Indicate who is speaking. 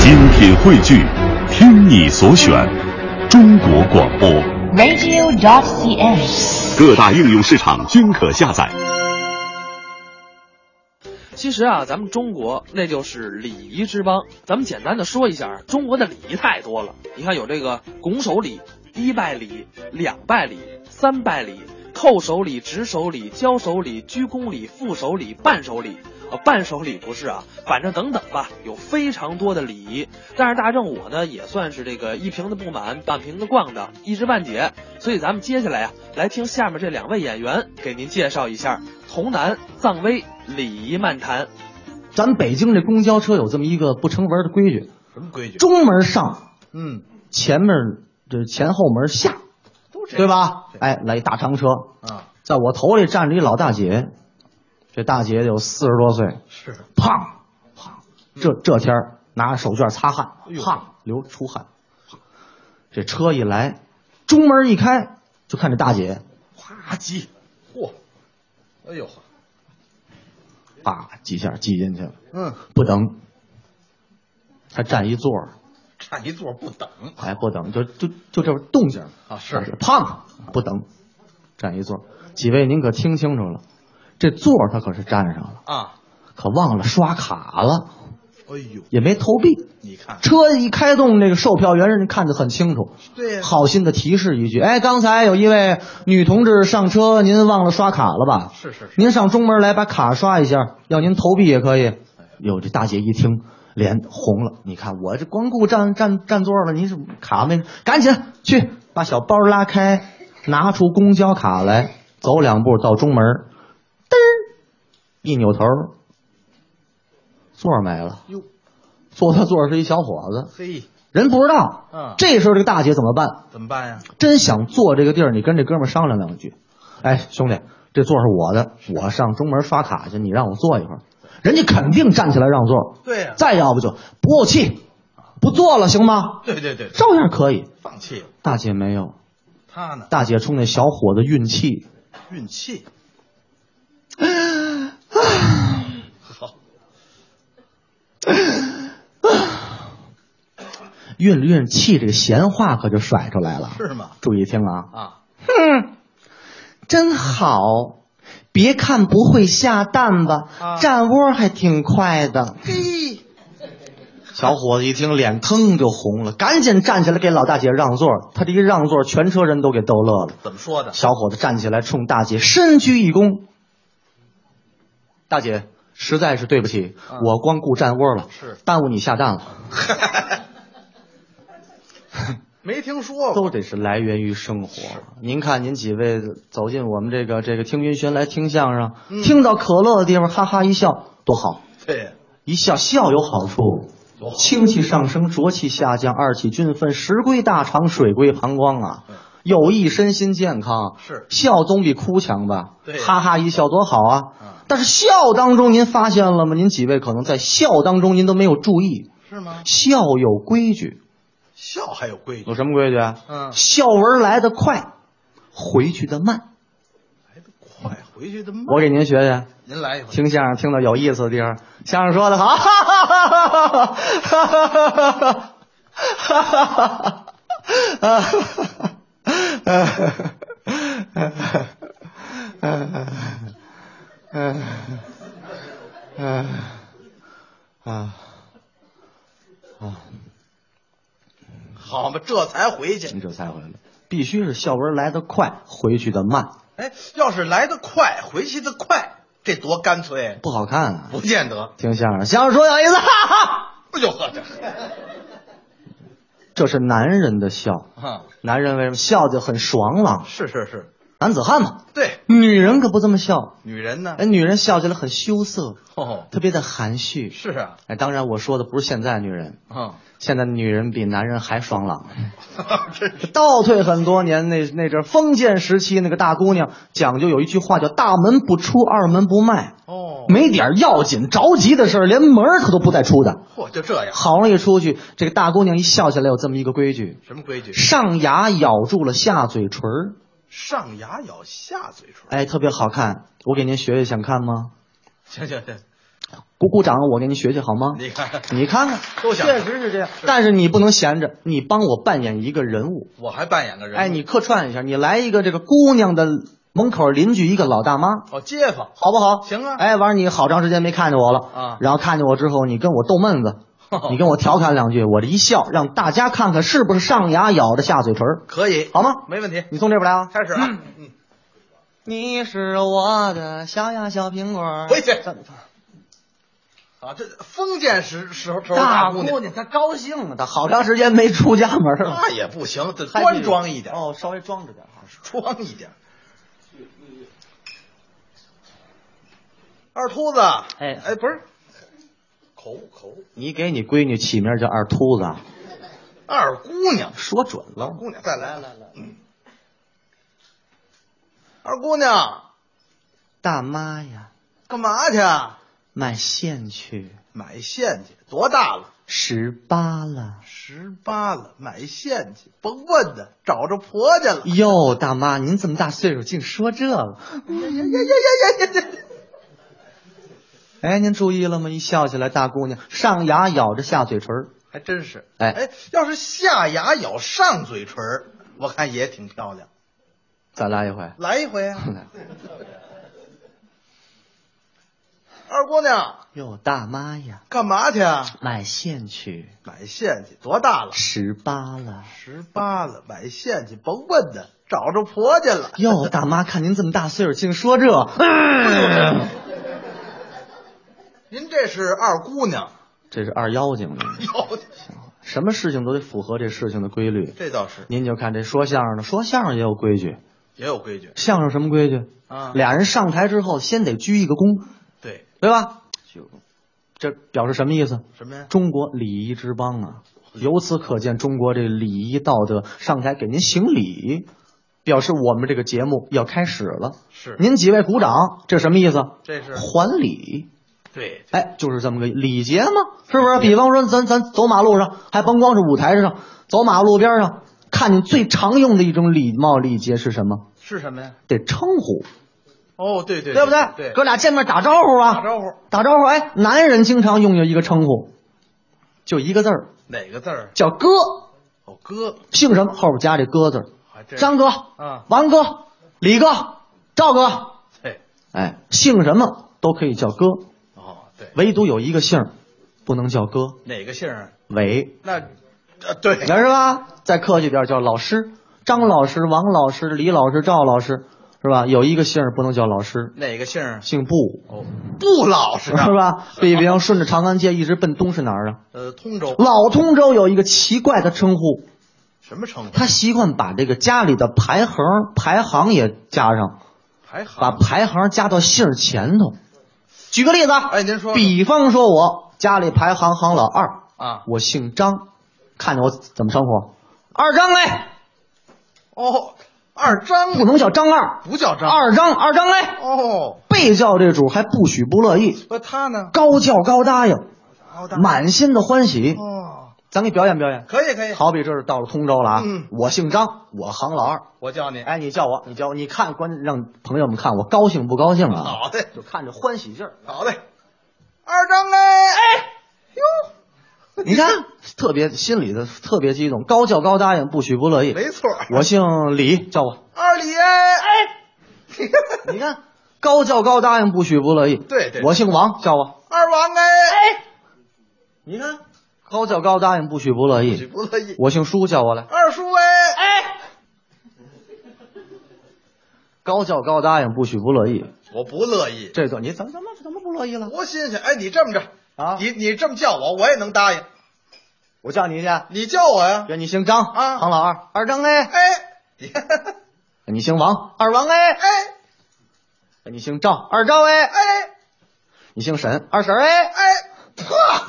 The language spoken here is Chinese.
Speaker 1: 精品汇聚，听你所选，中国广播。
Speaker 2: radio.cn。
Speaker 1: 各大应用市场均可下载。
Speaker 3: 其实啊，咱们中国那就是礼仪之邦。咱们简单的说一下啊，中国的礼仪太多了。你看有这个拱手礼、一拜礼、两拜礼、三拜礼、叩首礼、执手礼、交手礼、鞠躬礼、副手礼、半手礼。呃，半手礼不是啊，反正等等吧，有非常多的礼仪。但是大正我呢，也算是这个一瓶子不满，半瓶子逛荡，一知半解。所以咱们接下来啊，来听下面这两位演员给您介绍一下童楠、藏威礼仪漫谈。
Speaker 4: 咱北京这公交车有这么一个不成文的规矩，
Speaker 5: 什么规矩？
Speaker 4: 中门上，
Speaker 5: 嗯，
Speaker 4: 前面这前后门下，
Speaker 5: 都这
Speaker 4: 对
Speaker 5: 样
Speaker 4: 吧？
Speaker 5: 对
Speaker 4: 哎，来一大长车，
Speaker 5: 啊，
Speaker 4: 在我头里站着一老大姐，这大姐有四十多岁，
Speaker 5: 是
Speaker 4: 胖胖，这这天儿拿着手绢擦汗
Speaker 5: 嗯哎，呦
Speaker 4: 胖流出汗，这车一来，中门一开，就看这大姐
Speaker 5: 啪叽，嚯，哎呦，
Speaker 4: 叭几下挤进去了，
Speaker 5: 嗯，
Speaker 4: 不等，还占一座儿，
Speaker 5: 站一座不等
Speaker 4: 还不等，就就就这动静儿
Speaker 5: 啊，是
Speaker 4: 胖不等，占一座。几位您可听清楚了，这座儿他可是占上了，
Speaker 5: 啊，
Speaker 4: 可忘了刷卡了，
Speaker 5: 哎呦，
Speaker 4: 也没投币。
Speaker 5: 你看，
Speaker 4: 车一开动，那个售票员人家看得很清楚，
Speaker 5: 对呀
Speaker 4: 好心的提示一句：“哎，刚才有一位女同志上车，您忘了刷卡了吧？
Speaker 5: 是是是，
Speaker 4: 您上中门来把卡刷一下，要您投币也可以。”哟，这大姐一听脸红了，你看我这光顾占占占座了，您是卡没？赶紧去把小包拉开，拿出公交卡来，走两步到中门，嘚儿一扭头，座儿没了。
Speaker 5: 哟，
Speaker 4: 坐他座儿是一小伙子，
Speaker 5: 嘿，
Speaker 4: 人不知道。
Speaker 5: 嗯
Speaker 4: 这时候这个大姐怎么办？
Speaker 5: 怎么办呀？
Speaker 4: 真想坐这个地儿，你跟这哥们儿商量两句。哎，兄弟，这座是我的，我上中门刷卡去，你让我坐一会儿。人家肯定站起来让座。
Speaker 5: 对呀
Speaker 4: 再要不就不怄气，不坐了行吗？
Speaker 5: 对对对，
Speaker 4: 照样可以。
Speaker 5: 放弃了
Speaker 4: 大姐没有，
Speaker 5: 他呢，
Speaker 4: 大姐冲那小伙子运气，
Speaker 5: 运气好，
Speaker 4: 运了运气，这个闲话可就甩出来了。
Speaker 5: 是吗？
Speaker 4: 注意听啊，
Speaker 5: 啊，
Speaker 4: 真好。别看不会下蛋吧，
Speaker 5: 啊
Speaker 4: 站窝还挺快的。
Speaker 5: 嘿，
Speaker 4: 小伙子一听，脸腾就红了，赶紧站起来给老大姐让座。他这一让座，全车人都给逗乐了。
Speaker 5: 怎 么说的？
Speaker 4: 小伙子站起来，冲大姐深鞠一躬：“大姐，实在是对不起，
Speaker 5: 嗯
Speaker 4: 我光顾站窝了，
Speaker 5: 是
Speaker 4: 耽误你下蛋了。
Speaker 5: 没听说过，
Speaker 4: 都得是来源于生活。您看，您几位走进我们这个这个听云轩来听相声，
Speaker 5: 嗯
Speaker 4: 听到可乐的地方，哈哈一笑，多好！
Speaker 5: 对，
Speaker 4: 一笑笑有好处
Speaker 5: 多好，
Speaker 4: 清气上升，浊气下降，二气均分，食归大肠，水归膀胱啊
Speaker 5: 嗯，
Speaker 4: 有益身心健康。
Speaker 5: 是
Speaker 4: 笑总比哭强吧？
Speaker 5: 对
Speaker 4: 哈哈一笑多好啊
Speaker 5: 嗯！
Speaker 4: 但是笑当中，您发现了吗？您几位可能在笑当中您都没有注意，
Speaker 5: 是吗？
Speaker 4: 笑有规矩，
Speaker 5: 笑还有规矩
Speaker 4: 有，什么规矩？啊
Speaker 5: 嗯
Speaker 4: 笑文来得快，回去的慢。
Speaker 5: 来得快，回去的慢，
Speaker 4: 我给您学学。
Speaker 5: 您来一回，
Speaker 4: 听相声听到有意思的地方，相声说的好，哈哈哈哈哈哈啊
Speaker 5: 好嘛，这才回去
Speaker 4: 你。这才回来，必须是笑文来得快，回去的慢，
Speaker 5: 哎，要是来得快，回去的快，这多干脆！
Speaker 4: 不好看啊！
Speaker 5: 不见得，
Speaker 4: 听相声，相声说有意思，哈哈，
Speaker 5: 不 就喝着？
Speaker 4: 这是男人的笑，
Speaker 5: 啊，
Speaker 4: 男人为什么笑就很爽朗？
Speaker 5: 是是是，
Speaker 4: 男子汉嘛，
Speaker 5: 对，
Speaker 4: 女人可不这么笑。
Speaker 5: 女人呢
Speaker 4: 哎，？女人笑起来很羞涩，
Speaker 5: 哦，
Speaker 4: 特别的含蓄。
Speaker 5: 是啊，
Speaker 4: 哎，当然我说的不是现在女人，
Speaker 5: 啊，
Speaker 4: 现在女人比男人还爽朗。
Speaker 5: 真是
Speaker 4: 倒退很多年，那那阵儿封建时期，那个大姑娘讲究有一句话叫“大门不出，二门不迈”，
Speaker 5: 哦，
Speaker 4: 没点儿要紧着急的事儿，连门儿她都不带出的。
Speaker 5: 嚯，就这样，
Speaker 4: 好容易出去，这个大姑娘一笑起来有这么一个规矩：
Speaker 5: 什么规矩？
Speaker 4: 上牙咬住了下嘴唇儿，哎
Speaker 5: 上牙咬下嘴唇。
Speaker 4: 哎，特别好看。我给您学学，想看吗？
Speaker 5: 行行行，
Speaker 4: 鼓鼓掌，我给你学学好吗？
Speaker 5: 你看，
Speaker 4: 你看看，
Speaker 5: 都想
Speaker 4: 确实是这样。但是你不能闲着，你帮我扮演一个人物。
Speaker 5: 我还扮演个人物，
Speaker 4: 哎，你客串一下，你来一个这个姑娘的门口邻居一个老大妈，
Speaker 5: 哦，街坊，
Speaker 4: 好不好？
Speaker 5: 行啊
Speaker 4: 哎，完了你好长时间没看见我了
Speaker 5: 啊
Speaker 4: 然后看见我之后，你跟我逗闷 子，你跟我调侃两句，我这一笑，让大家看看是不是上牙咬着下嘴唇儿，
Speaker 5: 可以，
Speaker 4: 好吗？
Speaker 5: 没问题，
Speaker 4: 你从这边来啊。
Speaker 5: 开始了。嗯，
Speaker 4: 你是我的小呀小苹果
Speaker 5: 回去。啊，这封建时时候时候
Speaker 4: 大
Speaker 5: 姑
Speaker 4: 姑娘她高兴啊，她好长时间没出家门了，
Speaker 5: 那也不行，得
Speaker 4: 还
Speaker 5: 端庄一点，
Speaker 4: 哦，稍微装着点啊。
Speaker 5: 装一点。二秃子，
Speaker 4: 哎
Speaker 5: 哎，不是，口口
Speaker 4: 你给你闺女起名叫二秃子啊，
Speaker 5: 二姑娘，
Speaker 4: 说准
Speaker 5: 老
Speaker 4: 了。
Speaker 5: 姑娘，再来来来，嗯二姑娘，
Speaker 4: 大妈呀，
Speaker 5: 干嘛去？啊？
Speaker 4: 买线去，
Speaker 5: 买线去，多大了？
Speaker 4: 十八了。
Speaker 5: 十八了，买线去，甭问的，找着婆家了。呀
Speaker 4: 哟，大妈，您这么大岁数竟说这了？
Speaker 5: 呀呀呀呀呀！
Speaker 4: 哎，您注意了吗？一笑起来，大姑娘上牙咬着下嘴唇儿，
Speaker 5: 还真是。
Speaker 4: 哎
Speaker 5: 哎，要是下牙咬上嘴唇儿，我看也挺漂亮。
Speaker 4: 再来一回。
Speaker 5: 来一回啊，二姑娘，
Speaker 4: 哟，大妈呀，
Speaker 5: 干嘛去啊？
Speaker 4: 买线去，
Speaker 5: 买线去，多大了？
Speaker 4: 十八了。
Speaker 5: 十八了，买线去，甭问的，找着婆家了。
Speaker 4: 哟，大妈，看您这么大岁数，竟说 这，
Speaker 5: 您这是二姑娘，
Speaker 4: 这是二妖精呢。
Speaker 5: 哟，
Speaker 4: 什么事情都得符合这事情的规律。
Speaker 5: 这倒是
Speaker 4: 您就看这说相声的，说相声也有规矩。
Speaker 5: 也有规矩
Speaker 4: 相声什么规矩？
Speaker 5: 啊。
Speaker 4: 俩人上台之后，先得鞠一个躬，
Speaker 5: 对，
Speaker 4: 对吧？这表示什么意思？
Speaker 5: 什么呀？
Speaker 4: 中国礼仪之邦啊！由此可见，中国这礼仪道德上台给您行礼，表示我们这个节目要开始了。
Speaker 5: 是
Speaker 4: 您几位鼓掌，这什么意思？
Speaker 5: 这是
Speaker 4: 还礼。
Speaker 5: 对，
Speaker 4: 哎，就是这么个礼节嘛，是不是？比方说咱，咱走马路上，还甭光是舞台上，走马路边上，看见最常用的一种礼貌礼节是什么？
Speaker 5: 是什么呀？
Speaker 4: 得称呼，
Speaker 5: 哦，对对
Speaker 4: 对不对？
Speaker 5: 对，
Speaker 4: 哥俩见面打招呼啊，
Speaker 5: 打招呼
Speaker 4: 打招呼。哎，男人经常用有一个称呼，就一个字儿，
Speaker 5: 哪个字儿？
Speaker 4: 叫哥，
Speaker 5: 哦，哥，
Speaker 4: 姓什么后边加这哥字儿，
Speaker 5: 还真是
Speaker 4: 张哥、
Speaker 5: 啊，
Speaker 4: 王哥、李哥、赵哥，
Speaker 5: 对，
Speaker 4: 哎，姓什么都可以叫哥，
Speaker 5: 哦，对，
Speaker 4: 唯独有一个姓儿不能叫哥，
Speaker 5: 哪个姓儿？
Speaker 4: 伟。
Speaker 5: 那，呃，对，
Speaker 4: 是吧？再客气点儿叫老师，张老师、王老师、李老师、赵老师，是吧？有一个姓儿不能叫老师，
Speaker 5: 哪个姓儿？
Speaker 4: 姓布，
Speaker 5: 哦，不老实
Speaker 4: 是
Speaker 5: 啊，
Speaker 4: 吧？比方顺着长安街一直奔东是哪儿啊？
Speaker 5: 呃，通州
Speaker 4: 老通州有一个奇怪的称呼，
Speaker 5: 什么称呼？
Speaker 4: 他习惯把这个家里的排行排行也加上，
Speaker 5: 还
Speaker 4: 把
Speaker 5: 好。
Speaker 4: 排行加到姓儿前头。举个例子啊，
Speaker 5: 哎您说
Speaker 4: 比方说我家里排行行老二，
Speaker 5: 啊，
Speaker 4: 我姓张，看着我怎么称呼？二张嘞，
Speaker 5: 哦，二张
Speaker 4: 不能叫张二，
Speaker 5: 不叫张
Speaker 4: 二张二张嘞，
Speaker 5: 哦，
Speaker 4: 被叫这主还不许不乐意，
Speaker 5: 那他呢？
Speaker 4: 高叫高答应，
Speaker 5: 哦他
Speaker 4: 满心的欢喜。
Speaker 5: 哦，
Speaker 4: 咱给表演表演，
Speaker 5: 可以可以，，
Speaker 4: 好比这是到了通州了啊
Speaker 5: 嗯，
Speaker 4: 我姓张，我行老二，
Speaker 5: 我叫你，
Speaker 4: 哎，你叫我，你叫我，你看，关让朋友们看我高兴不高兴啊？
Speaker 5: 好嘞
Speaker 4: 就看这欢喜劲儿，
Speaker 5: 好嘞，二张哎哎哟，
Speaker 4: 你看 特别心里的特别激动，高叫高答应，不许不乐意。
Speaker 5: 没错，
Speaker 4: 我姓李，叫我，
Speaker 5: 二李哎哎，
Speaker 4: 你看高叫高答应，不许不乐意。
Speaker 5: 对对
Speaker 4: 我姓王，叫我，
Speaker 5: 二王哎哎，
Speaker 4: 你看高叫高答应，不许不乐
Speaker 5: 许
Speaker 4: 意。
Speaker 5: 不乐意，
Speaker 4: 我姓舒，叫我来。
Speaker 5: 二叔哎哎，
Speaker 4: 高叫高答应，不许不乐意。
Speaker 5: 我不乐意，
Speaker 4: 这段你怎么怎么怎么不乐意了
Speaker 5: 多新鲜！哎，你这么着
Speaker 4: 啊
Speaker 5: 你你这么叫我，我也能答应。
Speaker 4: 我叫你去，
Speaker 5: 你叫我呀？
Speaker 4: 愿你姓张
Speaker 5: 啊
Speaker 4: 行老二，二张哎，
Speaker 5: 哎，你
Speaker 4: 你姓王，二王哎，
Speaker 5: 哎
Speaker 4: 你姓赵，二赵哎，
Speaker 5: 哎
Speaker 4: 你姓沈，二婶哎，
Speaker 5: 哎，呵，